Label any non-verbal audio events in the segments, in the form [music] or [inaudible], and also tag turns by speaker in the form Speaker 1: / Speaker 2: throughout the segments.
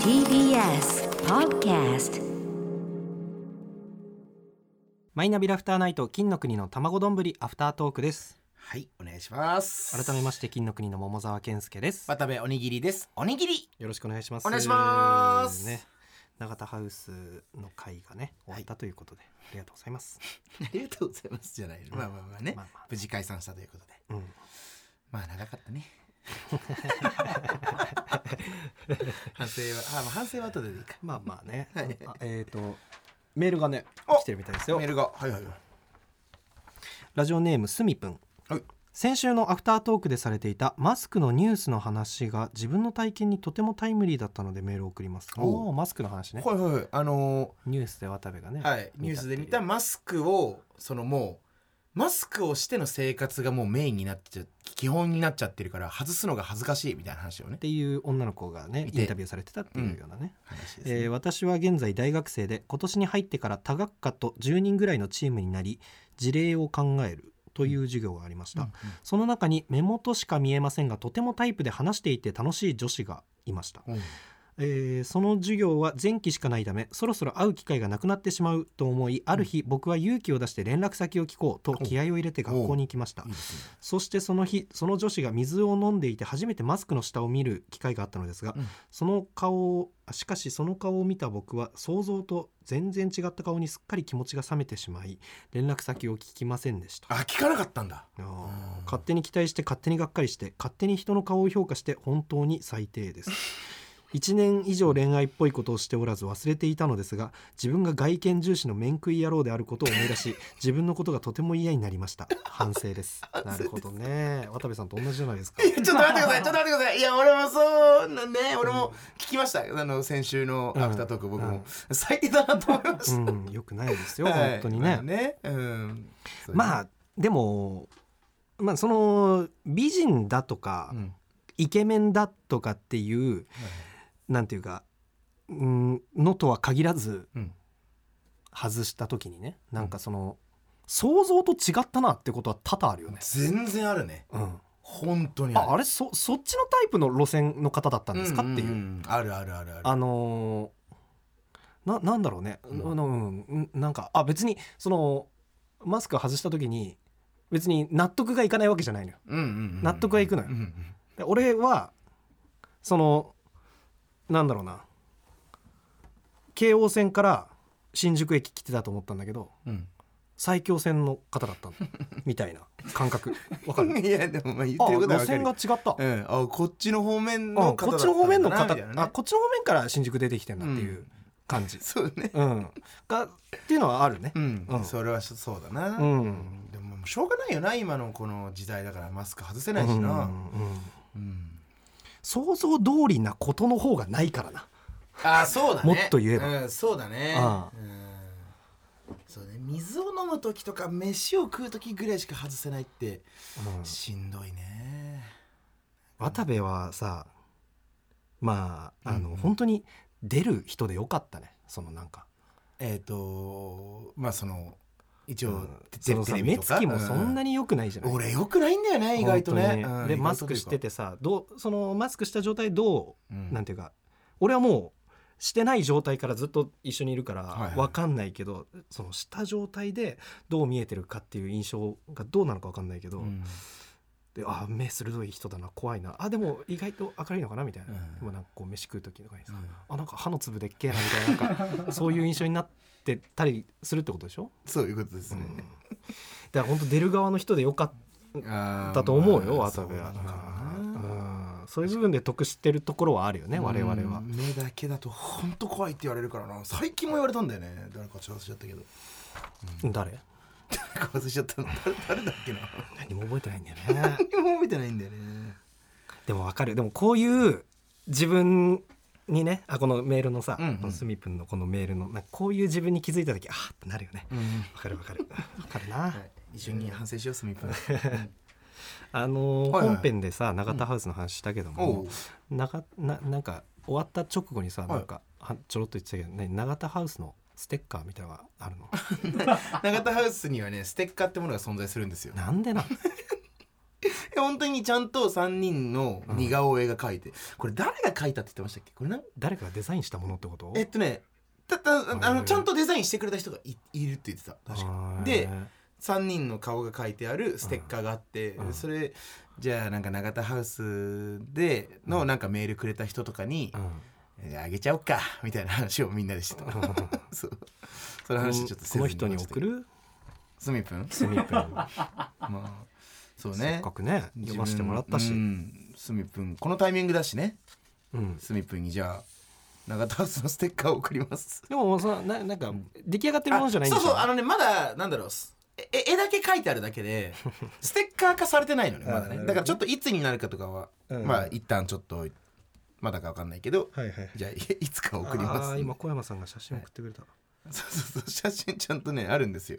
Speaker 1: TBS Podcast
Speaker 2: マイナビラフターナイト金の国の卵丼ぶりアフタートークです
Speaker 3: はい、お願いします。
Speaker 2: 改めまして金の国の桃沢健介です
Speaker 3: 渡部おにぎりです。おにぎり。
Speaker 2: よろしくお願いします
Speaker 3: お願いします
Speaker 2: ね、永田ハウスの会がね終わったということで、ありがとうございます
Speaker 3: [laughs] ありがとうございます。じゃない。まあまあまあね、
Speaker 2: まあまあ
Speaker 3: 無事解散したということで。
Speaker 2: うん
Speaker 3: まあ長かったね。反省は、あ、まあ、反省は後ででいいか。
Speaker 2: まあまあね、
Speaker 3: [laughs] はい
Speaker 2: あえっ、とメールがね
Speaker 3: お
Speaker 2: 来てるみたいですよ
Speaker 3: メールが、はいはいはい。
Speaker 2: ラジオネームすみぷん
Speaker 3: はい。
Speaker 2: 先週のアフタートークでされていたマスクのニュースの話が自分の体験にとてもタイムリーだったのでメールを送ります
Speaker 3: おう
Speaker 2: おーマスクの話ね
Speaker 3: はいはいはい、あの
Speaker 2: ニュースで渡部がね、
Speaker 3: ーはい、ニュースで見たマスクを、そのもう。マスクをしての生活がもうメインになっちゃう、基本になっちゃってるから、外すのが恥ずかしいみたいな話をね
Speaker 2: っ。ていう女の子がね
Speaker 3: い
Speaker 2: イ
Speaker 3: て
Speaker 2: ンタビューされてたっていうようなね、
Speaker 3: 話ですね
Speaker 2: えー私は現在大学生で今年に入ってから多学科と10人ぐらいのチームになり事例を考えるという授業がありました、
Speaker 3: うん
Speaker 2: その中に目元しか見えませんがとてもタイプで話していて楽しい女子がいました、
Speaker 3: うん
Speaker 2: えーその授業は前期しかないためそろそろ会う機会がなくなってしまうと思いある日僕は勇気を出して連絡先を聞こうと気合を入れて学校に行きました
Speaker 3: いいですね
Speaker 2: そしてその日その女子が水を飲んでいて初めてマスクの下を見る機会があったのですが、
Speaker 3: うん
Speaker 2: その顔をあしかしその顔を見た僕は想像と全然違った顔にすっかり気持ちが冷めてしまい連絡先を聞きませんでした。
Speaker 3: あ、聞かなかったんだ。
Speaker 2: あー
Speaker 3: うん
Speaker 2: 勝手に期待して勝手にがっかりして勝手に人の顔を評価して本当に最低です [laughs] 1年以上恋愛っぽいことをしておらず忘れていたのですが自分が外見重視の面食い野郎であることを思い出し自分のことがとても嫌になりました反省です
Speaker 3: [laughs] 省で
Speaker 2: な
Speaker 3: す
Speaker 2: るほどね渡部さんと同じじゃないです [laughs] か
Speaker 3: いや [laughs] ちょっと待ってください、ちょっと待ってください。いや、俺もそうなんね、俺も聞きました。あの、先週のアフタートーク、僕も最低だなと思いまし
Speaker 2: うんよくないですよ、
Speaker 3: た。はい
Speaker 2: 本当にね
Speaker 3: まあね、うん。
Speaker 2: ま
Speaker 3: あ、
Speaker 2: あでもまあその美人だとか、
Speaker 3: うん
Speaker 2: イケメンだとかっていうなんていうか、うん、のとは限らず
Speaker 3: うん
Speaker 2: 外した時にねなんかその、想像と違ったなってことは多々あるよね。
Speaker 3: 全然あるね。
Speaker 2: うん、
Speaker 3: 本当に
Speaker 2: ああ
Speaker 3: る。
Speaker 2: れそそっちのタイプの路線の方だったんですか、っていう、
Speaker 3: んんん。あるあるあるある。
Speaker 2: あのーななんだろうね、
Speaker 3: うん
Speaker 2: あのうんうんなんかあ別にそのマスク外した時に別に納得がいかないわけじゃないのよ。
Speaker 3: うんうんうん
Speaker 2: 納得がいくのよ
Speaker 3: うんうん
Speaker 2: で俺はそのなんだろうな京王線から新宿駅来てたと思ったんだけど
Speaker 3: うん
Speaker 2: 埼京線の方だ
Speaker 3: [laughs]
Speaker 2: ったのみたいな感覚わかる
Speaker 3: いや、でも、まあ、言 [laughs] って
Speaker 2: あ
Speaker 3: るこ
Speaker 2: 路
Speaker 3: とはわか
Speaker 2: 線
Speaker 3: る
Speaker 2: が。違った、
Speaker 3: うん、あ、こっちの方面
Speaker 2: あ
Speaker 3: の
Speaker 2: こ
Speaker 3: 方だ
Speaker 2: っち
Speaker 3: ったんだな
Speaker 2: の方面の方、
Speaker 3: みたいな
Speaker 2: あ
Speaker 3: ね
Speaker 2: こっちの方面から新宿出てきてんだっていう感じ、
Speaker 3: [laughs] そうね。
Speaker 2: うんがっていうのはあるね
Speaker 3: う、ん
Speaker 2: うん
Speaker 3: それはそうだな。
Speaker 2: うん
Speaker 3: でももうしょうがないよな今のこの時代だからマスク外せないしな、
Speaker 2: うんうん
Speaker 3: うん
Speaker 2: 想像通りなことの方がないからな
Speaker 3: ああそうだ
Speaker 2: も
Speaker 3: ね
Speaker 2: っと言えば
Speaker 3: うん、そうだね
Speaker 2: ああ
Speaker 3: うんそうね水を飲む時とか飯を食う時ぐらいしか外せないって
Speaker 2: うん
Speaker 3: しんどいね
Speaker 2: 渡部はさまああの、
Speaker 3: うんうん
Speaker 2: 本当に出る人でよかったねそのなんか
Speaker 3: えっ、とまあその一応、
Speaker 2: うん
Speaker 3: テ
Speaker 2: そのさ
Speaker 3: テレビ
Speaker 2: 目
Speaker 3: と
Speaker 2: つ
Speaker 3: か
Speaker 2: きもそんな
Speaker 3: に、
Speaker 2: に良くないじゃ
Speaker 3: う
Speaker 2: ない、
Speaker 3: ん俺よくないんだよね意外と
Speaker 2: 本
Speaker 3: ね、
Speaker 2: 当に
Speaker 3: うん
Speaker 2: で
Speaker 3: 意外と
Speaker 2: マスクしててさどうそのマスクした状態ど、
Speaker 3: といううか、
Speaker 2: なん
Speaker 3: て
Speaker 2: ていうか俺はもうしてない状態からずっと一緒にいるから
Speaker 3: はいはい
Speaker 2: わかんないけど、そのした状態でどう見えてるかっていう印象がどうなのかわかんないけど、であー目鋭い人だな怖いなあでも意外と明るいのかなみたいな、
Speaker 3: うん
Speaker 2: でもなんかこう飯食う時とかにさ、あなんか歯の粒でっけえなみたいななんかそういう印象になってたりするってことでしょ、
Speaker 3: そういうことです
Speaker 2: うん
Speaker 3: ね、
Speaker 2: だから本当出る側の人でよかっ
Speaker 3: あー
Speaker 2: たと思うよ
Speaker 3: まあ
Speaker 2: 渡部は
Speaker 3: そうだな
Speaker 2: うんそういう部分で得してるところはあるよね我々
Speaker 3: う
Speaker 2: は
Speaker 3: ん目だけだと本当怖いって言われるからな最近も言われたんだよね誰かちょっと忘れちゃったけど
Speaker 2: 誰
Speaker 3: 誰か忘れちゃったの誰誰だっけな
Speaker 2: 何も覚えてないんだよね
Speaker 3: 何も見てないんだよね
Speaker 2: でもわかるでもこういう自分にねあこのメールのさ、
Speaker 3: うんうん
Speaker 2: このスミプンのこのメールのなんかこういう自分に気づいた時あーってなるよねわかるわかるわかるな、
Speaker 3: はい一緒に反省しようすみっぱ
Speaker 2: あのー
Speaker 3: はいはい
Speaker 2: 本編でさ永田ハウスの話したけども、
Speaker 3: おう
Speaker 2: なかななんか終わった直後にさ、
Speaker 3: はい
Speaker 2: なんかはちょろっと言ってたけど、ね、永田ハウスのステッカーみたいなのがあるの
Speaker 3: 永田ハウスにはねステッカーってものが存在するんですよ
Speaker 2: なんでな
Speaker 3: [laughs] 本当にちゃんと3人の似顔絵が描いて、これ誰が描いたって言ってましたっけこれなん
Speaker 2: 誰かがデザインしたものってこと
Speaker 3: えっとねたたあ
Speaker 2: う
Speaker 3: の
Speaker 2: ん
Speaker 3: ちゃんとデザインしてくれた人がいいるって言ってた確か
Speaker 2: か
Speaker 3: で3人の顔が描いてあるステッカーがあって、
Speaker 2: うん
Speaker 3: それじゃあなんか永田ハウスでのなんかメールくれた人とかに
Speaker 2: う、ん
Speaker 3: じゃああげちゃおっかみたいな話をみんなでしてたそうその [laughs] 話ちょっと
Speaker 2: この人に送る
Speaker 3: スミプン
Speaker 2: スミプン
Speaker 3: まあそう
Speaker 2: せ
Speaker 3: ね
Speaker 2: っかくね
Speaker 3: 自
Speaker 2: 読
Speaker 3: 分
Speaker 2: ませてもらったし、
Speaker 3: うんスミプンこのタイミングだしね
Speaker 2: うん
Speaker 3: スミプンにじゃあ永田ハウスのステッカーを送ります
Speaker 2: でもそのななんか出来上がってるものじゃないん
Speaker 3: あ
Speaker 2: でし
Speaker 3: そ
Speaker 2: ょ
Speaker 3: うそうあのねまだなんだろうすええ絵だけ描いてあるだけ
Speaker 2: [laughs]
Speaker 3: でステッカー化されてないのねまだねだからちょっといつになるかとかは、
Speaker 2: うん
Speaker 3: まあ一旦ちょっとまだかわかんないけど、
Speaker 2: はいはい
Speaker 3: じゃあ [laughs] いいつか送り
Speaker 2: あ
Speaker 3: ま
Speaker 2: ー
Speaker 3: す
Speaker 2: 今小山さんが写真送ってくれた、
Speaker 3: [laughs] そうそうそう写真ちゃんとねあるんですよ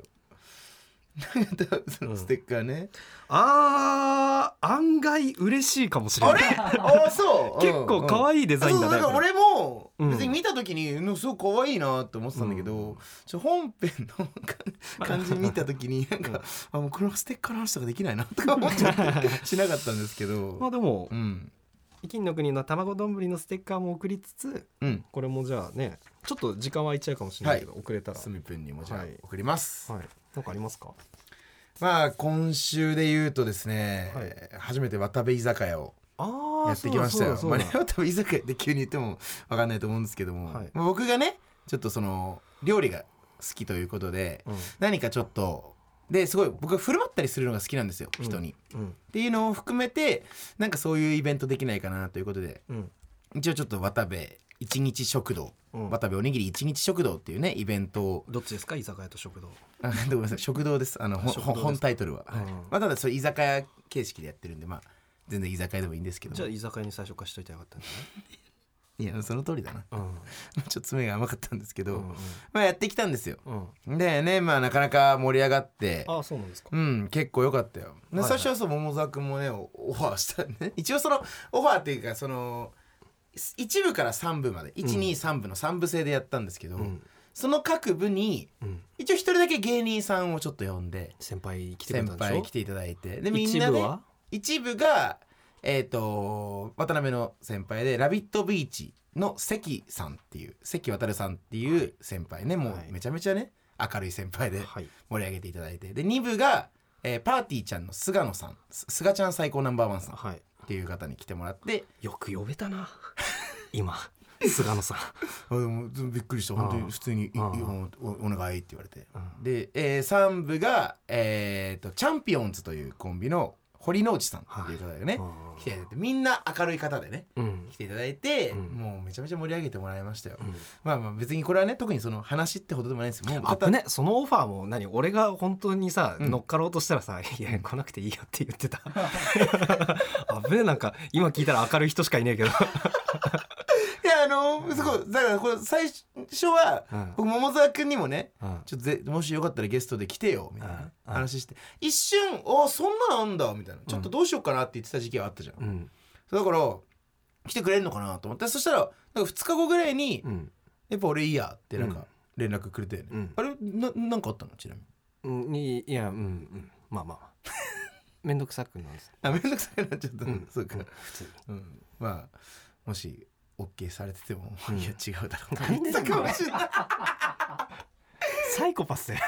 Speaker 3: [laughs] 永田ハウスのステッカ
Speaker 2: [laughs]
Speaker 3: ーね、
Speaker 2: あー案外嬉しいかもしれ
Speaker 3: あ
Speaker 2: な
Speaker 3: れ
Speaker 2: い
Speaker 3: ああそう
Speaker 2: 結構可
Speaker 3: い
Speaker 2: 愛いデ
Speaker 3: デ
Speaker 2: ザインだね
Speaker 3: から
Speaker 2: これ
Speaker 3: 俺も
Speaker 2: うん
Speaker 3: 別に見た時に、うん、すごい可愛いなって思ってたんだけど、
Speaker 2: うん
Speaker 3: ちょ本編の感じ見た時
Speaker 2: [laughs]
Speaker 3: になんか、あもうこれはステッカーの話とかできないなとか思っちゃってしなかったんですけど、
Speaker 2: [laughs] まあでも
Speaker 3: うん
Speaker 2: 金の国の卵丼のステッカーも送りつつ
Speaker 3: うん
Speaker 2: これもじゃあねちょっと時間は空いちゃうかもしれないけど、遅れたら
Speaker 3: スミプンにもじゃあ
Speaker 2: はい
Speaker 3: 送ります、
Speaker 2: はいなんかありますか
Speaker 3: まあ今週で言うとですね、
Speaker 2: はい
Speaker 3: 初めて渡部居酒屋を
Speaker 2: ああ
Speaker 3: やってきましたよ。
Speaker 2: そう
Speaker 3: まあ
Speaker 2: だ
Speaker 3: ね
Speaker 2: そうだ、
Speaker 3: 多分居酒屋で急に言ってもわかんないと思うんですけども、
Speaker 2: はい
Speaker 3: まあ僕がねちょっとその料理が好きということで、何かちょっとですごい僕は振る舞ったりするのが好きなんですよ
Speaker 2: うん
Speaker 3: 人に、っ
Speaker 2: うんうん
Speaker 3: ていうのを含めてなんかそういうイベントできないかなということで
Speaker 2: うん
Speaker 3: 一応ちょっと渡部一日食堂、
Speaker 2: うん
Speaker 3: 渡部おにぎり一日食堂っていうねイベントを
Speaker 2: どっちですか居酒屋と食堂
Speaker 3: あごめんなさい食堂ですあのほ
Speaker 2: 食堂
Speaker 3: ほ
Speaker 2: です
Speaker 3: 本タイトルは、はい
Speaker 2: うん
Speaker 3: まあ、ただそれ居酒屋形式でやってるんでまあ全然居酒屋でもいいんですけど
Speaker 2: じゃあ居酒屋に最初からしといてよかったんじ
Speaker 3: いやその通りだな [laughs]
Speaker 2: ゃない
Speaker 3: ちょっと爪が甘かったんですけど、
Speaker 2: うん
Speaker 3: まあやってきたんですよ
Speaker 2: うんうん
Speaker 3: でねまあなかなか盛り上がって
Speaker 2: ああそうなんですか
Speaker 3: うん結構良かったよ、で
Speaker 2: はいはい
Speaker 3: 最初はそう桃沢君もねオオファーしたね [laughs] 一応そのオファーっていうかその1部から3部まで123部の3部制でやったんですけど、
Speaker 2: うん
Speaker 3: その各部に
Speaker 2: うん
Speaker 3: 一応一人だけ芸人さんをちょっと呼んで
Speaker 2: 先輩来てくれ
Speaker 3: 先
Speaker 2: たんでしょ
Speaker 3: 輩来ていただいてでみんな
Speaker 2: 一部
Speaker 3: で
Speaker 2: は
Speaker 3: 一部がえっ、と渡辺の先輩で「ラビットビーチ」の関さんっていう関渡さんっていう先輩ねも
Speaker 2: はいう
Speaker 3: めちゃめちゃね明るい先輩で
Speaker 2: はい
Speaker 3: 盛り上げていただいてで2部が、えーパーティーちゃんの菅野さんす菅ちゃん最高ナンバーワンさんっ
Speaker 2: はい
Speaker 3: ていう方に来てもらって
Speaker 2: よく呼べたな [laughs] 今菅野さん
Speaker 3: あでもびっくりした
Speaker 2: 本当に
Speaker 3: 普通に
Speaker 2: いい
Speaker 3: お願い」って言われて
Speaker 2: うん
Speaker 3: で、え3部が、えーとチャンピオンズというコンビの堀之内さんっていう方がね、来ていただいてみんな明るい方でね
Speaker 2: うん
Speaker 3: 来ていただいて、
Speaker 2: うん
Speaker 3: もうめちゃめちゃ盛り上げてもらいましたよ、
Speaker 2: うん
Speaker 3: まあまあ別にこれはね特にその話ってほどでもないんですよもう
Speaker 2: あ
Speaker 3: ま
Speaker 2: ぶ
Speaker 3: た
Speaker 2: ねそのオファーも何俺が本当にさ、
Speaker 3: うん
Speaker 2: 乗っかろうとしたらさ「いや来なくていいよ」って言ってた [laughs] あぶねなんか今聞いたら明るい人しかいねえけど、
Speaker 3: いやあのーすごいだからこれ最初は
Speaker 2: うん
Speaker 3: 僕桃沢君にもね
Speaker 2: うん
Speaker 3: ちょっとぜもしよかったらゲストで来てよみたいな
Speaker 2: うん
Speaker 3: 話して一瞬「あそんなのあんだ」みたいなちょっとどうしようかなって言ってた時期はあったじゃん、
Speaker 2: うん
Speaker 3: だから来てくれるのかなと思ってそしたらなんか2日後ぐらいに
Speaker 2: うん
Speaker 3: 「やっぱ俺いいや」ってなん
Speaker 2: うん
Speaker 3: か連絡くれて、
Speaker 2: うん
Speaker 3: あれななんかあったのちなみに
Speaker 2: うんいいやうんうんまあまあま [laughs] あめんどくさくなんです
Speaker 3: あめんどくさくなっちゃった、
Speaker 2: うん
Speaker 3: そうか、
Speaker 2: 普通に
Speaker 3: うん、まあもし OK されてても、
Speaker 2: うん
Speaker 3: いや違うだろう
Speaker 2: なんでだよ
Speaker 3: かもしれない
Speaker 2: サイコパスだよ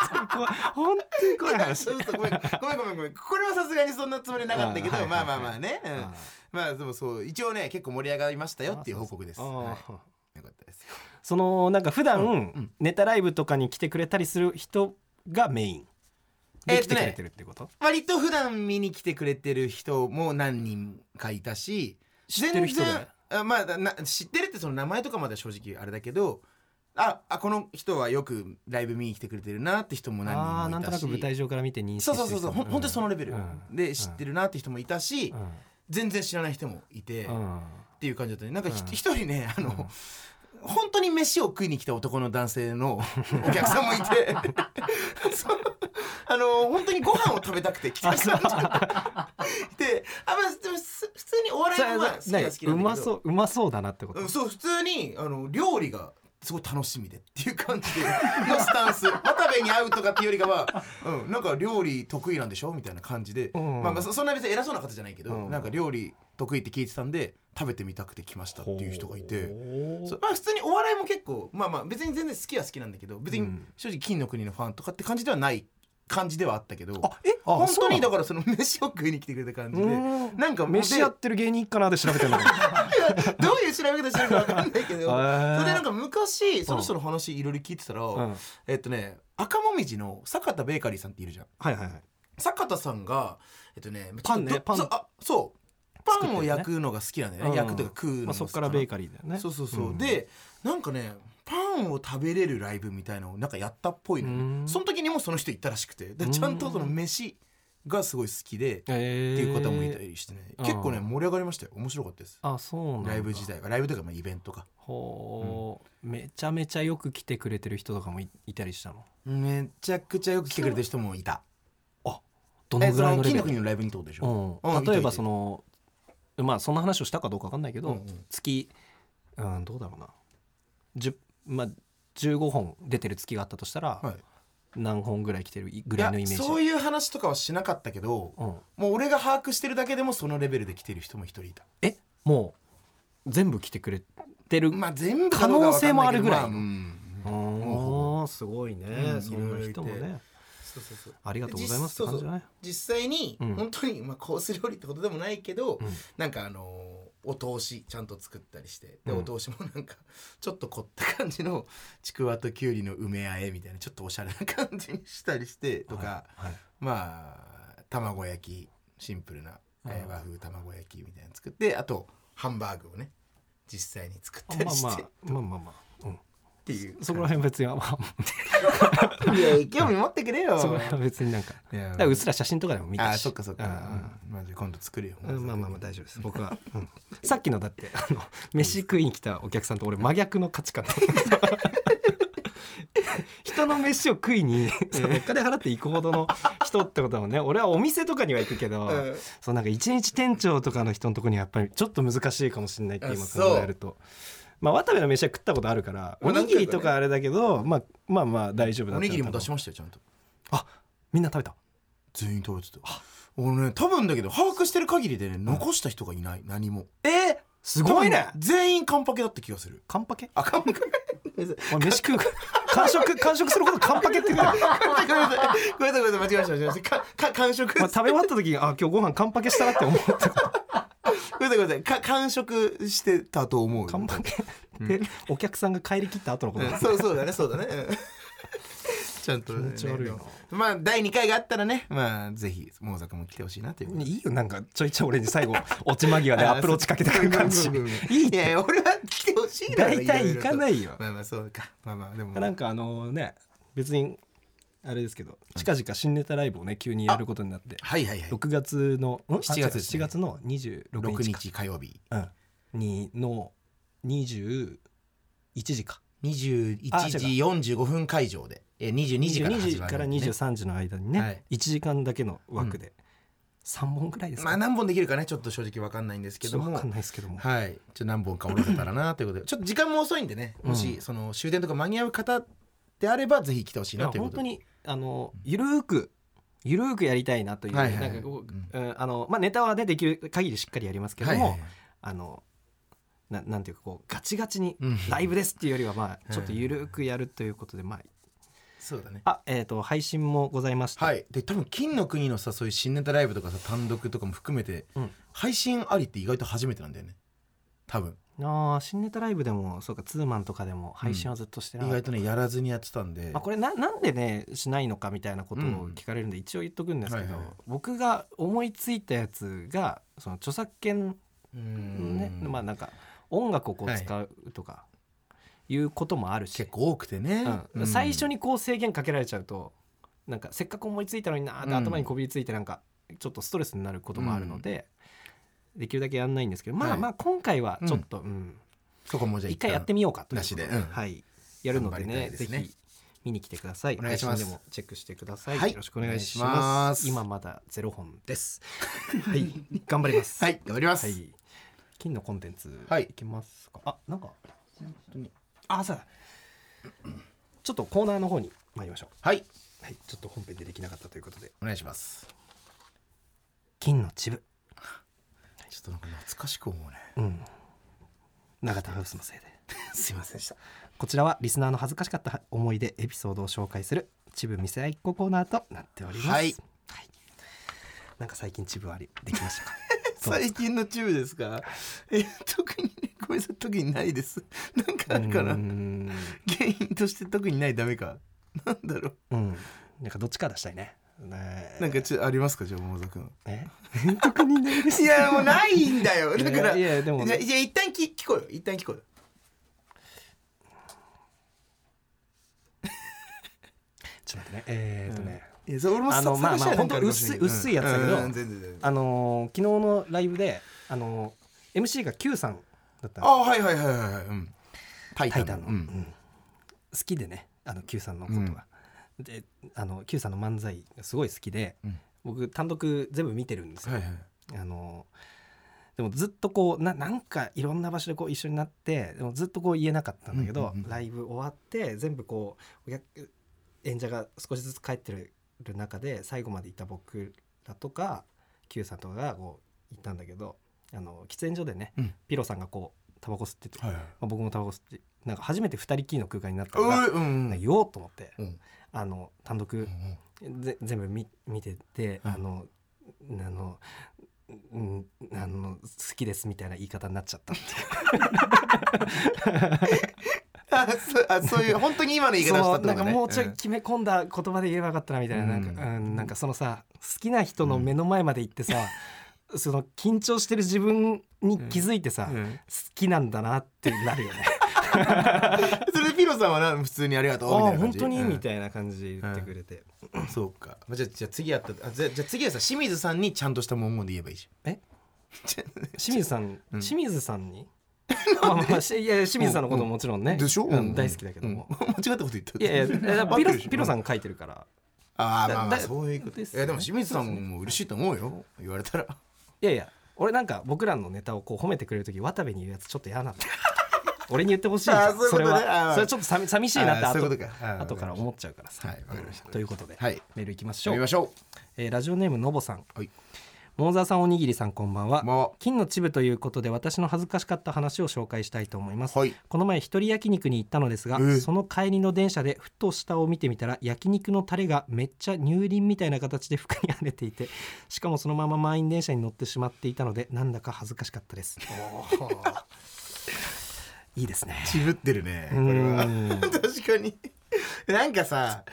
Speaker 2: 本当に怖い本当に怖い話
Speaker 3: 嘘嘘ごめんごめんごめんごめんこれはさすがにそんなつもりなかったけど
Speaker 2: あはい
Speaker 3: まあまあまあね、うん
Speaker 2: あ
Speaker 3: まあでもそう一応ね結構盛り上がりましたよっていう報告です
Speaker 2: あ
Speaker 3: は
Speaker 2: ー
Speaker 3: い、よかったです
Speaker 2: そのなんか普段、
Speaker 3: うんうん
Speaker 2: ネタライブとかに来てくれたりする人がメイン
Speaker 3: え
Speaker 2: で
Speaker 3: ーっ
Speaker 2: 来て
Speaker 3: と
Speaker 2: く
Speaker 3: ね
Speaker 2: れてるってこと、
Speaker 3: 割と普段見に来てくれてる人も何人かいたし
Speaker 2: 知ってる人だよ
Speaker 3: 全然あまあな知ってるってその名前とかまでは正直あれだけどああこの人はよくライブ見に来てくれてるなって人も何人もいたし
Speaker 2: ああなんとなく舞台上から見て認識
Speaker 3: そうそう
Speaker 2: して
Speaker 3: そう
Speaker 2: る人
Speaker 3: そう、ほん、本当にそのレベル、
Speaker 2: うん
Speaker 3: で知ってるなって人もいたし、全然知らない人もいて、
Speaker 2: うんう
Speaker 3: っ
Speaker 2: ん
Speaker 3: ていう感じだったねなんかひ
Speaker 2: うん
Speaker 3: 一、人ねあの、本当に飯を食いに来た男の男
Speaker 2: [laughs]
Speaker 3: 性のお客さんもいてそうあの本当にご飯を食べたくて来た人もい
Speaker 2: [laughs]
Speaker 3: てであ、まあ、でもす普通にお笑い
Speaker 2: それ
Speaker 3: もまあ好きは好きなんだけど
Speaker 2: うまそううまそうだなってこと、
Speaker 3: うんそう普通にあの料理がすごい楽しみでっていう感じで [laughs] のスタンス渡部に会うとかっていうよりかは、うん、なんか料理得意なんでしょみたいな感じで、
Speaker 2: うん
Speaker 3: まあまあ、そそんな別に偉そうな方じゃないけど、
Speaker 2: うん
Speaker 3: なんか料理得意って聞いてたんで食べてみたくて来ましたっていう人がいて。そうまあ、普通にお笑いも結構まあまあ別に全然好きは好きなんだけど別
Speaker 2: う
Speaker 3: に
Speaker 2: ん
Speaker 3: 正直金の国のファンとかって感じではない感じではあったけど、
Speaker 2: あえあ
Speaker 3: 本当に
Speaker 2: そ
Speaker 3: だ
Speaker 2: う
Speaker 3: からその飯を食いに来てくれた感じ
Speaker 2: な
Speaker 3: で
Speaker 2: のうーん
Speaker 3: なんか
Speaker 2: 飯
Speaker 3: で
Speaker 2: やってる芸人かなで調べてるのへ
Speaker 3: [laughs] どういう調べ方してるかわかんないけどそれ
Speaker 2: ー
Speaker 3: なんか昔その人の話いろいろ聞いてたら、
Speaker 2: うんはい
Speaker 3: えっとね赤もみじの坂田ベーカリーさんっているじゃん
Speaker 2: はいはい
Speaker 3: 坂田さんがえっとね
Speaker 2: パンね
Speaker 3: ちょっと
Speaker 2: パン
Speaker 3: そうあそう
Speaker 2: 作って
Speaker 3: パ
Speaker 2: るね
Speaker 3: ンを焼くのが好きなんだよね
Speaker 2: うん
Speaker 3: 焼くというか食うの
Speaker 2: まあ
Speaker 3: が好
Speaker 2: そ
Speaker 3: き
Speaker 2: こからベーカリーだよね
Speaker 3: そうそうそう、
Speaker 2: ん
Speaker 3: でなんかねパンを食べれるライブみたいなのをなんかやったっぽいのよ
Speaker 2: うん
Speaker 3: その時にもその人行ったらしくてで
Speaker 2: うん
Speaker 3: ちゃんとその飯がすごい好き
Speaker 2: へー
Speaker 3: でっていう方もいたりしてね
Speaker 2: うん
Speaker 3: 結構ね盛り上がりましたよ面白かったです
Speaker 2: あそうなんだ
Speaker 3: ライブ時代はライブというかまあイベントか
Speaker 2: ほう、めちゃめちゃよく来てくれてる人とかもいいたりしたの
Speaker 3: めちゃくちゃよく来てくれてる人もいた
Speaker 2: ど
Speaker 3: え
Speaker 2: のぐ
Speaker 3: そ
Speaker 2: らい
Speaker 3: の
Speaker 2: のレ
Speaker 3: 金
Speaker 2: ベル
Speaker 3: の国のライブにってことでし
Speaker 2: う
Speaker 3: ょ、
Speaker 2: ん
Speaker 3: うん
Speaker 2: 例えば
Speaker 3: いたいた
Speaker 2: そのまあそんな話をしたかどうか分かんないけど、
Speaker 3: うんうん
Speaker 2: 月、うん、どうだろうな10、まあ、15本出てる月があったとしたら、
Speaker 3: はい
Speaker 2: 何本ぐらい来てるぐらいのイメージ
Speaker 3: いやそういう話とかはしなかったけど
Speaker 2: うん、
Speaker 3: もう俺が把握してるだけでもそのレベルで来てる人も一人いた
Speaker 2: えもう全部来てくれてる、
Speaker 3: まあ全部かどうか
Speaker 2: 可
Speaker 3: は分かん
Speaker 2: 能性
Speaker 3: な
Speaker 2: もあるぐらい
Speaker 3: けどまあうん
Speaker 2: ああすごいね、
Speaker 3: うん
Speaker 2: そんな人も
Speaker 3: いろいろい
Speaker 2: ね
Speaker 3: そうそうそう
Speaker 2: ありがとうございますって感じだね
Speaker 3: 実際に
Speaker 2: うん
Speaker 3: 本当にまあコース料理ってことでもないけど、
Speaker 2: うん
Speaker 3: なんかあのーお通しちゃんと作ったりしてで、
Speaker 2: うん
Speaker 3: お通しもなんかちょっと凝った感じのちくわときゅうりの埋め合えみたいなちょっとおしゃれな感じにしたりしてとか、
Speaker 2: はいはい
Speaker 3: まあ卵焼きシンプルな、えー
Speaker 2: うん
Speaker 3: 和風卵焼きみたいなの作ってあとハンバーグをね実際に作った
Speaker 2: ま
Speaker 3: り
Speaker 2: あ
Speaker 3: [laughs] して、
Speaker 2: ま
Speaker 3: っ
Speaker 2: あまあまあまあ、うん、
Speaker 3: ていう
Speaker 2: そこら辺別に、まあ
Speaker 3: [laughs] いや興味持ってくれよ
Speaker 2: そこら辺別になんか
Speaker 3: いや
Speaker 2: だからうっすら写真とかでも見たし
Speaker 3: あそっかそっか、うんまあ、じゃあ今度作るよ、
Speaker 2: うんうんまあまあまあ大丈夫です僕は、うんさっきのだってあの飯食いに来たお客さんと俺真逆の価値観だ [laughs] 人の飯を食いにそのお金払って行くほどの人ってことだもんね俺はお店とかには行くけど、
Speaker 3: うん
Speaker 2: そうなんか一日店長とかの人のとこにはやっぱりちょっと難しいかもしれないって
Speaker 3: あ
Speaker 2: 今
Speaker 3: そう
Speaker 2: 考えると。まあ、渡部の飯は食ったことあるから
Speaker 3: ま
Speaker 2: お
Speaker 3: あ
Speaker 2: にぎりとかあれだけど、まあ、まあまあ大丈夫だ
Speaker 3: お
Speaker 2: った
Speaker 3: に
Speaker 2: ら
Speaker 3: ぎりも出しましたよちゃんと
Speaker 2: あみんな食べた
Speaker 3: 全員食べてた俺ね多分だけど把握してる限りでね残した人がいない何も
Speaker 2: えー、すごいね
Speaker 3: 多分全員カンパケだった気がする
Speaker 2: カンパケ
Speaker 3: あカンパケごめんなさい
Speaker 2: おい飯食う [laughs] 完食完食することカンパケって言うんだよ、
Speaker 3: ごめんなさいごめんなさいごめんなさい間違えました間違えましたかか完食 [laughs]
Speaker 2: まあ、食べ終わった時にあ今日ご飯カンパケしたなって思った
Speaker 3: ごめんなさいごめんなさいか完食してたと思う
Speaker 2: カンパケって、お客さんが帰り切った後のこと
Speaker 3: う
Speaker 2: だ
Speaker 3: んそうそうだねそうだねうんちゃんとね
Speaker 2: 気持ち悪いな
Speaker 3: まあ第二回があったらねまあぜひモーザ君も来てほしいなということで
Speaker 2: いいよなんかちょいちょい俺に最後落ち間際でアプローチかけてくる感じ
Speaker 3: あーそう
Speaker 2: いいっ
Speaker 3: いやい
Speaker 2: て
Speaker 3: や俺は来てほしいな
Speaker 2: 大体行かないよ
Speaker 3: まあまあそうかまあまあでも
Speaker 2: なんかあのね別にあれですけど近々新ネタライブをね急にやることになって
Speaker 3: はいはいはい
Speaker 2: 6月のんあ
Speaker 3: 7月
Speaker 2: 違う
Speaker 3: です
Speaker 2: 7
Speaker 3: ね
Speaker 2: 月の26
Speaker 3: 6
Speaker 2: 日か
Speaker 3: 日火曜日
Speaker 2: うん、にの21時かあ違うか
Speaker 3: 21時45分会場でえー22時から
Speaker 2: 22
Speaker 3: 始
Speaker 2: 時
Speaker 3: ま
Speaker 2: から
Speaker 3: るんでね
Speaker 2: 23時の間にね、
Speaker 3: はい
Speaker 2: 1時間だけの枠で3本ぐらいです
Speaker 3: ま
Speaker 2: か、
Speaker 3: あ何本できるかねちょっと正直わかんないんですけ
Speaker 2: ちょ
Speaker 3: ど
Speaker 2: っとわ
Speaker 3: も
Speaker 2: かんないですけども、
Speaker 3: はいちょっと何本かおろせたらなということで [laughs] ちょっと時間も遅いんでねも
Speaker 2: う
Speaker 3: しその終電とか間に合う方であればぜひ来てほしい
Speaker 2: ま
Speaker 3: な
Speaker 2: あ
Speaker 3: というこ
Speaker 2: 本
Speaker 3: と
Speaker 2: 当
Speaker 3: で
Speaker 2: にあのゆるーくゆるーくやりたいなという、
Speaker 3: はいはいはい
Speaker 2: なんかこう、
Speaker 3: うん
Speaker 2: うんあのまあ、ネタは、ね、できる限りしっかりやりますけど
Speaker 3: はい
Speaker 2: も、
Speaker 3: はいはい
Speaker 2: あのななんていうかこうガチガチに
Speaker 3: うん
Speaker 2: ライブですっていうよりは、ま
Speaker 3: い
Speaker 2: あ、ちょっとゆるーくやるということで、ま
Speaker 3: そうだね
Speaker 2: ああえー、と配信もございまして、
Speaker 3: はいで多分金の国のさそういう新ネタライブとかさ単独とかも含めて
Speaker 2: うん
Speaker 3: 配信ありって意外と初めてなんだよね多分
Speaker 2: あー新ネタライブでもそうかツーマンとかでも配信はずっとしてな
Speaker 3: 意
Speaker 2: かった
Speaker 3: 外とねやらずにやってたんで
Speaker 2: まあ、これななんでねしないのかみたいなことを
Speaker 3: うん
Speaker 2: 聞かれるんで一応言っとくんですけど、
Speaker 3: はいはいはい
Speaker 2: 僕が思いついたやつがその著作権
Speaker 3: う
Speaker 2: の
Speaker 3: ん
Speaker 2: ね、まあなんか音楽をこう使うとかいうこともあるし、
Speaker 3: 結構多くてね、
Speaker 2: うん、最初
Speaker 3: に
Speaker 2: にこう制限かけられちゃうとなんかせっかく思いついたのになーって頭にこびりついてなんかちょっとストレスになることもあるので、できるだけやんないんですけどまあ、
Speaker 3: はい
Speaker 2: まあ今回はちょっと、うん
Speaker 3: そこもじゃあ
Speaker 2: 一回やってみようかという
Speaker 3: なしで
Speaker 2: こと
Speaker 3: うん
Speaker 2: はい、やるので
Speaker 3: 頑張
Speaker 2: ね
Speaker 3: りたい
Speaker 2: ぜ
Speaker 3: ですね
Speaker 2: ひ見に来てください
Speaker 3: お願いします
Speaker 2: 配信でもチェックしてください、
Speaker 3: はい
Speaker 2: よろしくお願いします
Speaker 3: お願いします
Speaker 2: 今まだゼロ本です
Speaker 3: [laughs]
Speaker 2: はい頑張ります
Speaker 3: はい頑張ります、
Speaker 2: はい金のコンテンツ
Speaker 3: はい
Speaker 2: いきますか、あなんかあそうだちょっとコーナーの方に参りましょ
Speaker 3: はい、
Speaker 2: うはいちょっと本編でできなかったということで
Speaker 3: お願いします。
Speaker 2: 金のチブ
Speaker 3: ちょっとなんか懐かしく思うね。
Speaker 2: うん永田ハウスのせいです
Speaker 3: いませんでした。
Speaker 2: こちらはリスナーの恥ずかしかった思い出エピソードを紹介するチブ見せ合いっ子コーナーとなっております。
Speaker 3: はい
Speaker 2: はいなんか最近チブありできましたか。どうです
Speaker 3: 最近のチューですか。 [laughs] え、特にね、ごめんなさい、特にないです。 [laughs] [laughs] なんかあるかな。
Speaker 2: うー
Speaker 3: 原
Speaker 2: ん
Speaker 3: 因として特にない、ダメか。 [laughs] なんだろ
Speaker 2: う
Speaker 3: う。
Speaker 2: ん。なんかどっちか出したいね。ね
Speaker 3: なんかちょありますか、じゃあ、桃沢君。 [laughs]
Speaker 2: え特にないです
Speaker 3: いや、もうないんだよ。 [laughs] だから。
Speaker 2: い
Speaker 3: いや、
Speaker 2: やいやでも
Speaker 3: いや一旦き、聞こえよ。一旦聞こえよ。
Speaker 2: ちょっと待ってね。えーっとね。
Speaker 3: いや、それ俺も
Speaker 2: あの
Speaker 3: さ探したら
Speaker 2: まあまあ
Speaker 3: なんかるかもしれない
Speaker 2: ほんと薄い薄いやつだけど
Speaker 3: うんうん全然全然。
Speaker 2: あのー昨日のライブであのー MC が Q さんだったんです
Speaker 3: あ、はいはいはいはいはい。うん。タイ
Speaker 2: タイ
Speaker 3: タ
Speaker 2: タ
Speaker 3: ン
Speaker 2: ン
Speaker 3: の。
Speaker 2: の、
Speaker 3: う
Speaker 2: うん
Speaker 3: ん。
Speaker 2: 好きでねあの Q さんのことが、であの Q さんの漫才がすごい好きで、
Speaker 3: うん
Speaker 2: 僕単独全部見てるんですよ、
Speaker 3: はいはい。
Speaker 2: あのでもずっとこうななんかいろんな場所でこう一緒になってでもずっとこう言えなかったんだけど、
Speaker 3: うんうんうん
Speaker 2: ライブ終わって全部こうお客演者が少しずつ帰ってる中で最後までいた僕らとか Q さんとかがこう行ったんだけどあの喫煙所でね、
Speaker 3: うん
Speaker 2: ピロさんがこうタバコ吸ってて、
Speaker 3: はいはい。
Speaker 2: まあ、僕もタバコ吸ってなんか初めて2人きりの空間になった
Speaker 3: う
Speaker 2: のが
Speaker 3: んうん
Speaker 2: なん
Speaker 3: うん
Speaker 2: か。言おうと思って、
Speaker 3: うん
Speaker 2: あの単独ぜ全部見見てて、
Speaker 3: はい
Speaker 2: あのあのうんあの好きですみたいな言い方になっちゃったっていう
Speaker 3: [laughs] あそうあそういう本当に今 [laughs] の言い方した
Speaker 2: そ
Speaker 3: っ
Speaker 2: う
Speaker 3: て
Speaker 2: なん
Speaker 3: こ
Speaker 2: か
Speaker 3: とね
Speaker 2: もうちょい
Speaker 3: ん
Speaker 2: 決め込んだ言葉で言えばよかったなみたいな,、なんか
Speaker 3: う
Speaker 2: うんなんかそのさ好きな人の目の前まで行ってさ、その緊張してる自分に気づいてさ、好
Speaker 3: うん
Speaker 2: きなんだなってなるよ
Speaker 3: [laughs]
Speaker 2: ね。
Speaker 3: それでピロさんはな普通にありがとうみた
Speaker 2: あ
Speaker 3: いな感
Speaker 2: 本
Speaker 3: じ
Speaker 2: 当に、
Speaker 3: うん
Speaker 2: みたいな感じで言ってくれて、
Speaker 3: そうかまあじゃあじゃあ次やったあじゃあじゃあ次はさ清水さんにちゃんとした文言で言えばいいじゃん
Speaker 2: え
Speaker 3: ち
Speaker 2: 清水さん、
Speaker 3: うん
Speaker 2: 清水さ
Speaker 3: [laughs]
Speaker 2: んにまあまあまあしいやいや清水さんのことももちろんね、
Speaker 3: ゃでしょ、
Speaker 2: う
Speaker 3: うん
Speaker 2: ん、大好きだけども、
Speaker 3: うん [laughs] 間違ったこと言った
Speaker 2: いやいやだ
Speaker 3: [laughs]
Speaker 2: からピロピロさ
Speaker 3: ん
Speaker 2: ん書いてるから
Speaker 3: あーまあまあ
Speaker 2: だ
Speaker 3: そういうこと
Speaker 2: で
Speaker 3: ですす、
Speaker 2: ね
Speaker 3: いやでも清水さんも嬉しいと思うよ言われ
Speaker 2: [laughs]
Speaker 3: たら
Speaker 2: いやいや俺なんか僕らのネタをこう褒めてくれる時渡部に言うやつちょっと嫌なんだ
Speaker 3: [laughs]
Speaker 2: 俺に言ってほしいじゃん
Speaker 3: あーそういうこ
Speaker 2: そ
Speaker 3: と
Speaker 2: れ
Speaker 3: ねあ
Speaker 2: は
Speaker 3: ー
Speaker 2: それはちょっと寂寂しいなって
Speaker 3: あーそう
Speaker 2: 後
Speaker 3: いうことかあー
Speaker 2: 後から思っちゃうからさ、
Speaker 3: はいわかりました
Speaker 2: ということで、
Speaker 3: はい
Speaker 2: メールいきましょ
Speaker 3: 読み
Speaker 2: う
Speaker 3: ま、しょ
Speaker 2: えーラジオネームのぼさん
Speaker 3: うはい
Speaker 2: 桃沢さんおにぎりさんこんばんは、
Speaker 3: ま
Speaker 2: 金のチブということで私の恥ずかしかった話を紹介したいと思います、
Speaker 3: はい
Speaker 2: この前一人焼肉に行ったのですが、
Speaker 3: ええ
Speaker 2: その帰りの電車でふと下を見てみたら焼肉のタレがめっちゃ乳輪みたいな形で服に跳ねていて [laughs] しかもそのまま満員電車に乗ってしまっていたのでなんだか恥ずかしかったですいいですね
Speaker 3: あ渋ってるね
Speaker 2: [laughs] う
Speaker 3: これは
Speaker 2: ん
Speaker 3: [laughs] 確かに [laughs] なんかさ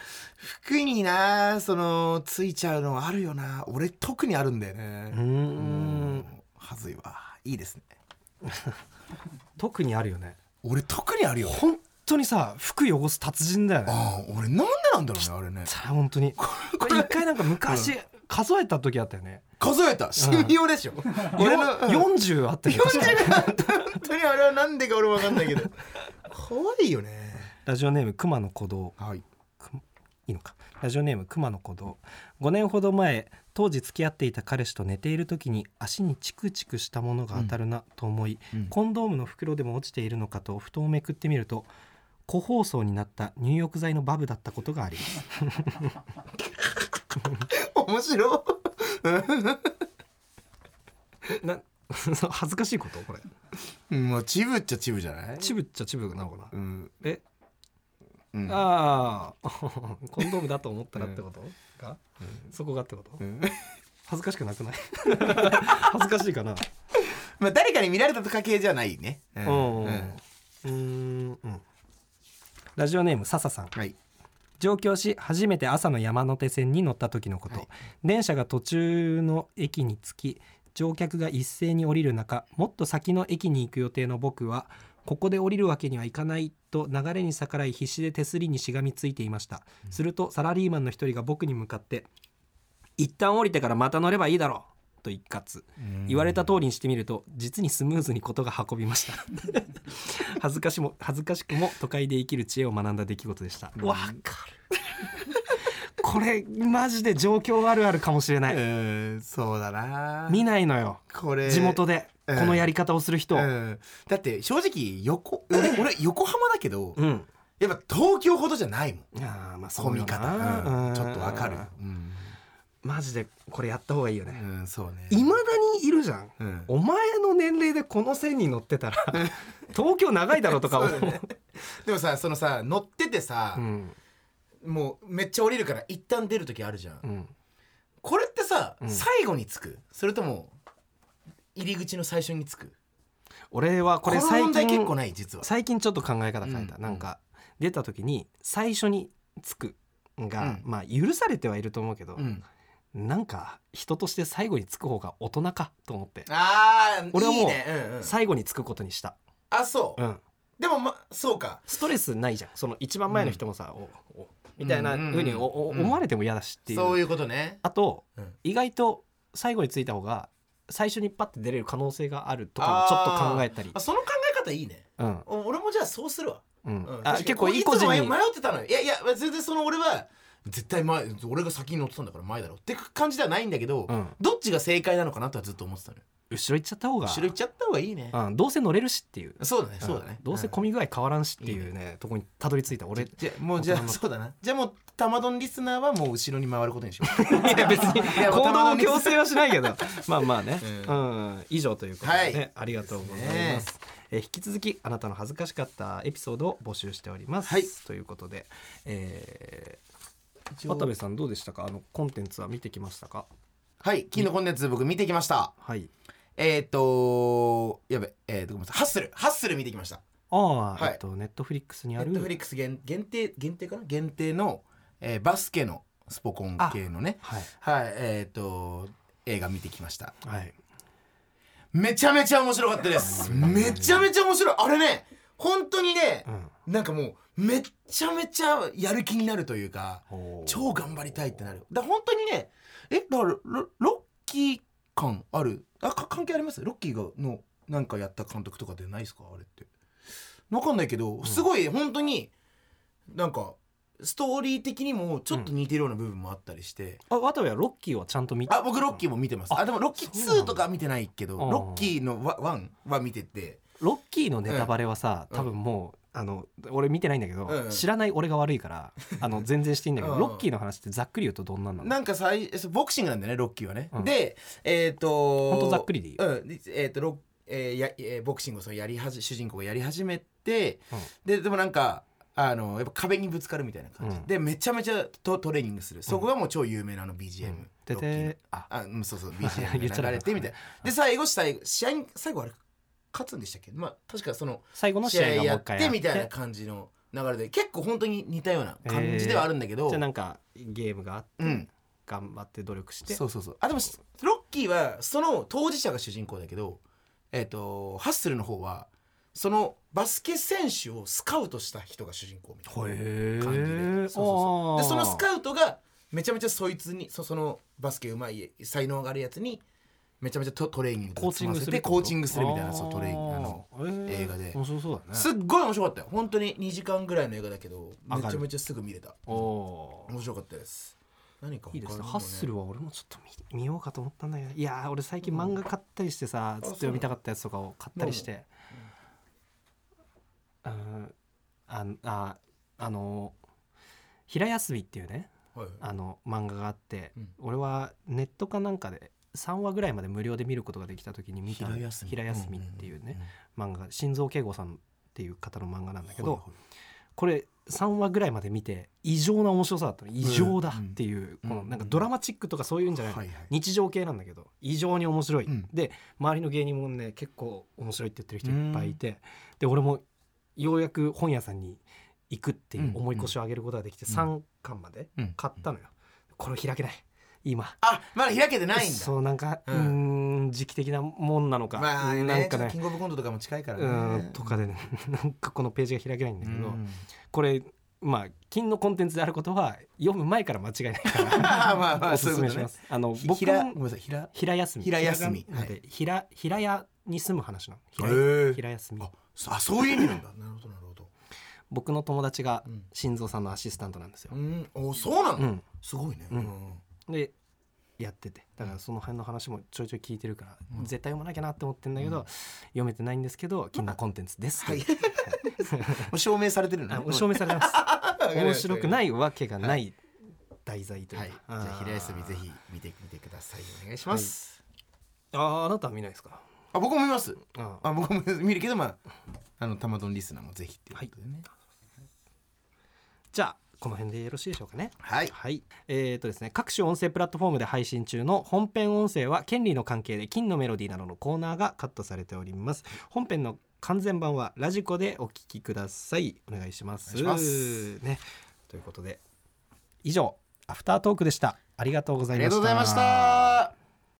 Speaker 3: 服になそのついちゃうのあるよな俺特にあるんだよね
Speaker 2: う
Speaker 3: うん
Speaker 2: ん
Speaker 3: はずいわいいですね
Speaker 2: 特にあるよね
Speaker 3: 俺特にあるよ
Speaker 2: 本当にさ服汚す達人だよね
Speaker 3: ああ俺なんでなんだろうねあれね
Speaker 2: さあ本当にこれ一回なんか昔、数えた時あったよね
Speaker 3: 数えた信用でしょ、俺のうん
Speaker 2: 40あったよね確か
Speaker 3: 本当にあれはなんでか俺わかんないけど怖いよね
Speaker 2: ラジオネーム熊野古道
Speaker 3: はい
Speaker 2: いいのかラジオネーム熊野古道5年ほど前当時付き合っていた彼氏と寝ている時に足にチクチクしたものが当たるなと思い、
Speaker 3: うん
Speaker 2: コンドームの袋でも落ちているのかと布団をめくってみると個包装になった入浴剤のバブだったことがあります
Speaker 3: 面白
Speaker 2: [laughs] な恥ずかしいことこれ
Speaker 3: いうんまあチブっちゃチブじゃない
Speaker 2: チブっちゃチブなのかな
Speaker 3: うん
Speaker 2: え
Speaker 3: うん
Speaker 2: ああコンドー [laughs] ムだと思ったらってことが、そこがってこと
Speaker 3: うん
Speaker 2: 恥ずかしくなくない [laughs] 恥ずかしいかな
Speaker 3: [laughs] まあ誰かに見られたとか系じゃないねう
Speaker 2: うん
Speaker 3: う
Speaker 2: うんんうんラジオネーム笹さん
Speaker 3: はい
Speaker 2: 上京し初めて朝の山手線に乗った時のこと、
Speaker 3: はい
Speaker 2: 電車が途中の駅に着き乗客が一斉に降りる中もっと先の駅に行く予定の僕はここで降りるわけにはいかないと流れに逆らい必死で手すりにしがみついていました、するとサラリーマンの一人が僕に向かって「一旦降りてからまた乗ればいいだろう」と一括言われた通りにしてみると実にスムーズにことが運びました [laughs] 恥ずかしも恥ずかしくも都会で生きる知恵を学んだ出来事でしたわかる [laughs] これマジで状況あるあるかもしれない
Speaker 3: うんそうだな
Speaker 2: 見ないのよ
Speaker 3: これ
Speaker 2: 地元で
Speaker 3: こ
Speaker 2: このやり方をする人、
Speaker 3: うん、だって正直横
Speaker 2: [laughs]
Speaker 3: 俺俺横浜だけど
Speaker 2: うん
Speaker 3: やっぱ東京ほどじゃないもん
Speaker 2: あーまあそう
Speaker 3: 込み
Speaker 2: よ
Speaker 3: 方、
Speaker 2: な
Speaker 3: うん
Speaker 2: うん
Speaker 3: ちょっとわかる、うん
Speaker 2: マジでこれやった方がいいよね
Speaker 3: うんそうね
Speaker 2: いまだにいるじゃん
Speaker 3: うん
Speaker 2: お前の年齢でこの線に乗ってたら東京長いだろとか思う
Speaker 3: [laughs] そうだねでもさそのさ乗っててさ
Speaker 2: う、ん
Speaker 3: もうめっちゃ降りるから一旦出る時あるじゃん、
Speaker 2: うん
Speaker 3: これってさ、
Speaker 2: うん
Speaker 3: 最後につくそれとも入り口の最初につく
Speaker 2: 俺はこ
Speaker 3: こ
Speaker 2: れ
Speaker 3: れ
Speaker 2: 最
Speaker 3: 問題結構
Speaker 2: 近
Speaker 3: ない実は
Speaker 2: 最近ちょっと考え方変えた、
Speaker 3: うん
Speaker 2: なんか出た時に最初につくが、
Speaker 3: うん
Speaker 2: まあ許されてはいると思うけど、
Speaker 3: うん、
Speaker 2: なんか人として最後につく方が大人かと思って
Speaker 3: ああ
Speaker 2: 俺はもう
Speaker 3: いいねうんうん、
Speaker 2: 最後につくことにした、
Speaker 3: あそう、
Speaker 2: うん、
Speaker 3: でもまそうか
Speaker 2: ストレスないじゃんその一番前の人もさ、おおみたいな
Speaker 3: うんうんうん
Speaker 2: ふうにおお
Speaker 3: うん
Speaker 2: 思われても嫌だしっていう,、
Speaker 3: そういうことね
Speaker 2: あと、
Speaker 3: うん
Speaker 2: 意外と最後についた方が最初にパッて出れる可能性があるとかもちょっと考えたり
Speaker 3: あ、その考え方いいね
Speaker 2: うん
Speaker 3: お俺もじゃあそうするわ、
Speaker 2: うん
Speaker 3: うん
Speaker 2: あ
Speaker 3: 確かに
Speaker 2: 結構いい
Speaker 3: こ
Speaker 2: 個
Speaker 3: うつ
Speaker 2: 人
Speaker 3: も迷
Speaker 2: に
Speaker 3: 迷ってたのよいやいや全然その俺は絶対前俺が先に乗ってたんだから前だろって感じではないんだけど、
Speaker 2: うん
Speaker 3: どっちが正解なのかなとはずっと思ってたのよ
Speaker 2: 後ろ行っちゃった方が
Speaker 3: 後ろ行っちゃった方がいいね、
Speaker 2: うん、どうせ乗れるしっていう
Speaker 3: そうだねそうだね、
Speaker 2: んどうせ混み具合変わらんしっていうねとこにたどり着いた俺い
Speaker 3: じゃもうじ
Speaker 2: 大
Speaker 3: ゃ
Speaker 2: 人
Speaker 3: あ
Speaker 2: の
Speaker 3: そうだなじゃあもう玉丼リスナーはもう後ろに回ることにしよ
Speaker 2: [laughs]
Speaker 3: う
Speaker 2: や別に
Speaker 3: い
Speaker 2: [laughs]
Speaker 3: や
Speaker 2: 行動
Speaker 3: 頭
Speaker 2: を
Speaker 3: の水
Speaker 2: 強制はしないけど [laughs] まあまあね、う
Speaker 3: うん
Speaker 2: 以上ということで、ね
Speaker 3: はい
Speaker 2: ありがとうござい
Speaker 3: で
Speaker 2: ますす。えー引き続きあなたの恥ずかしかったエピソードを募集しております。
Speaker 3: はい
Speaker 2: ということで、えー、渡部さんどうでしたかあのコンテンツは見てきましたか
Speaker 3: はい金のコンテンツ僕見てきました
Speaker 2: はい。
Speaker 3: えっ、ー、とやべえー、とごめんなさいハッスルハッスル見てきました
Speaker 2: ああ、
Speaker 3: はい
Speaker 2: えっとネットフリックスに
Speaker 3: ネ
Speaker 2: あ
Speaker 3: ットフ
Speaker 2: る
Speaker 3: リックス限限定限定かな限定の、えーバスケのスポコン系のね
Speaker 2: はい
Speaker 3: はいえっ、と映画見てきました
Speaker 2: はい
Speaker 3: めちゃめちゃ面白かったですめちゃめちゃ面白いあれね本当にね
Speaker 2: う、ん
Speaker 3: なんかもうめっちゃめちゃやる気になるというか
Speaker 2: おー
Speaker 3: 超頑張りたいってなるだから本当にねえだからロロッキー感あるあか関係ありますロッキーがのなんかやった監督とかでないですかあれって分かんないけどすごい本当になんかストーリー的にもちょっと似てるような部分もあったりして、
Speaker 2: あ渡部はロッキーはちゃんと見
Speaker 3: あ僕ロッキーも見てます、
Speaker 2: あ
Speaker 3: あでもロッキー
Speaker 2: そうなん
Speaker 3: 2
Speaker 2: だ
Speaker 3: とか見てないけど
Speaker 2: うん
Speaker 3: ロッキーのワ1は見てて
Speaker 2: ロッキーのネタバレはさ、
Speaker 3: うん
Speaker 2: 多分もうあの俺見てないんだけど、
Speaker 3: うん
Speaker 2: 知らない俺が悪いからあの全然していいんだけど、
Speaker 3: [laughs] うん
Speaker 2: ロッキーの話ってざっくり言うとどんなんなの
Speaker 3: なんかさいそうボクシングなんだよねロッキーはね、
Speaker 2: うん
Speaker 3: でえっ、と
Speaker 2: ほんとざっくりでいいよ、
Speaker 3: うん、でえっ、とロえーやえーボクシングをそのやりはじ主人公がやり始めて、
Speaker 2: うん
Speaker 3: ででもなんかあのやっぱ壁にぶつかるみたいな感じ、
Speaker 2: うん
Speaker 3: でめちゃめちゃトトレーニングするそこがもう超有名なあの BGM、
Speaker 2: うんで
Speaker 3: ロッキーの
Speaker 2: であ
Speaker 3: あう
Speaker 2: [laughs]
Speaker 3: んそうそう
Speaker 2: 言っ
Speaker 3: BGM
Speaker 2: ちゃ
Speaker 3: が
Speaker 2: ダ
Speaker 3: 流
Speaker 2: メ
Speaker 3: れてみたいなで最後最後試合に最後あれ勝つんでしたっけまあ確かその
Speaker 2: 最後の
Speaker 3: 試
Speaker 2: 試
Speaker 3: 合
Speaker 2: 合がもう
Speaker 3: や
Speaker 2: 一
Speaker 3: っ
Speaker 2: 回
Speaker 3: てみたいな感じの流れで結構本当に似たような感じではあるんだけど、
Speaker 2: じゃあなんかゲームがあって、
Speaker 3: うん
Speaker 2: 頑張って努力して
Speaker 3: そうそうそうあでもロッキーはその当事者が主人公だけど、えっとハッスルの方はそのバスケ選手をスカウトした人が主人公みたいな
Speaker 2: へえ
Speaker 3: 感じでそうそうそうでそのスカウトがめちゃめちゃそいつにそそのバスケうまい才能があるやつにめちゃめちゃトトレーニングと
Speaker 2: コ
Speaker 3: か
Speaker 2: ーチングす
Speaker 3: 積ませ
Speaker 2: るっててこと
Speaker 3: コーチングするみたいなそうトレーニングあの
Speaker 2: あーへー
Speaker 3: 映画で
Speaker 2: 面白そうだね
Speaker 3: すっごい面白かったよ本当に2時間ぐらいの映画だけど
Speaker 2: わ
Speaker 3: め
Speaker 2: かる
Speaker 3: ちゃめちゃすぐ見れた
Speaker 2: おおー
Speaker 3: 面白かったです何か他
Speaker 2: い
Speaker 3: に
Speaker 2: いで
Speaker 3: も
Speaker 2: す
Speaker 3: ね
Speaker 2: ねハッスルは俺もちょっと見見ようかと思ったんだけどいやー俺最近漫画買ったりしてさ、
Speaker 3: あ
Speaker 2: ずっと読みたかったやつとかを買ったりしてうんあああの「平休み」っていうね
Speaker 3: はい
Speaker 2: あの漫画があって、
Speaker 3: うん
Speaker 2: 俺はネットかなんかで3話ぐらいまで無料で見ることができた時に見たの
Speaker 3: 平休み
Speaker 2: 平休みっていうね、漫画が心臓慶吾さんっていう方の漫画なんだけど、
Speaker 3: はいはい
Speaker 2: これ3話ぐらいまで見て異常な面白さだったの異常だっていう、
Speaker 3: うん
Speaker 2: この
Speaker 3: うん
Speaker 2: なんかドラマチックとかそういうんじゃない、
Speaker 3: はいはい
Speaker 2: 日常系なんだけど異常に面白い、
Speaker 3: うん
Speaker 2: で周りの芸人もね結構面白いって言ってる人いっぱいいて、で俺もようやく本屋さんに行くっていう思い越しを上げることができて
Speaker 3: うん
Speaker 2: 3巻まで
Speaker 3: うん
Speaker 2: 買ったのよ、これ開けない今
Speaker 3: あまだ開けてないんだ
Speaker 2: そうなんかう
Speaker 3: うん
Speaker 2: ーん時期的なもんなのか、
Speaker 3: まあね
Speaker 2: なんか
Speaker 3: ちょっ
Speaker 2: ね
Speaker 3: とキングオブコントとかも近いから
Speaker 2: う
Speaker 3: ね
Speaker 2: んとかでね [laughs] なんかこのページが開けないんだけど、
Speaker 3: うん
Speaker 2: これまあ金のコンテンツであることは読む前から間違いないか
Speaker 3: まあま [laughs] あま
Speaker 2: ら
Speaker 3: あ
Speaker 2: おすすめします。あの
Speaker 3: そういうことね
Speaker 2: 僕
Speaker 3: ひひらごめん
Speaker 2: も
Speaker 3: なさいひら
Speaker 2: 平休み
Speaker 3: 平休み
Speaker 2: なんで平平屋に住む話なの。平屋
Speaker 3: へえ
Speaker 2: 平休み
Speaker 3: あ。そあそういう意味なんだなるほどなるほど
Speaker 2: 僕の友達が
Speaker 3: うん
Speaker 2: 心臓さんのアシスタントなんですよ
Speaker 3: う。んおそうな
Speaker 2: う
Speaker 3: の
Speaker 2: ん。
Speaker 3: すごいね
Speaker 2: うん
Speaker 3: うん
Speaker 2: でやっててだからその辺の話もちょいちょい聞いてるから、絶対読まなきゃなって思ってんだけど、読めてないんですけど「金なコンテンツです」
Speaker 3: はい
Speaker 2: という
Speaker 3: もう証明されてる
Speaker 2: あ
Speaker 3: の
Speaker 2: お証明され
Speaker 3: [laughs]
Speaker 2: てます面白くないいわけがない題材という
Speaker 3: はいじ
Speaker 2: か、
Speaker 3: ゃあ平休みぜひ見てみてくださいお願いします、
Speaker 2: あーあなたは見ないですか
Speaker 3: あ僕も見ます
Speaker 2: あー
Speaker 3: あ僕も見るけどまああのたまどんリスナーもぜひっていうことでね
Speaker 2: じゃあこの辺でよろしいでしょうかね
Speaker 3: はい
Speaker 2: はい、えーとですね、各種音声プラットフォームで配信中の本編音声は権利の関係で金のメロディーなどのコーナーがカットされております本編の完全版はラジコでお聞きくださいお願いします
Speaker 3: お願いし
Speaker 2: ね、ということで以上アフタートークでしたありがとうござ
Speaker 3: あ
Speaker 2: いました
Speaker 3: りがとうございました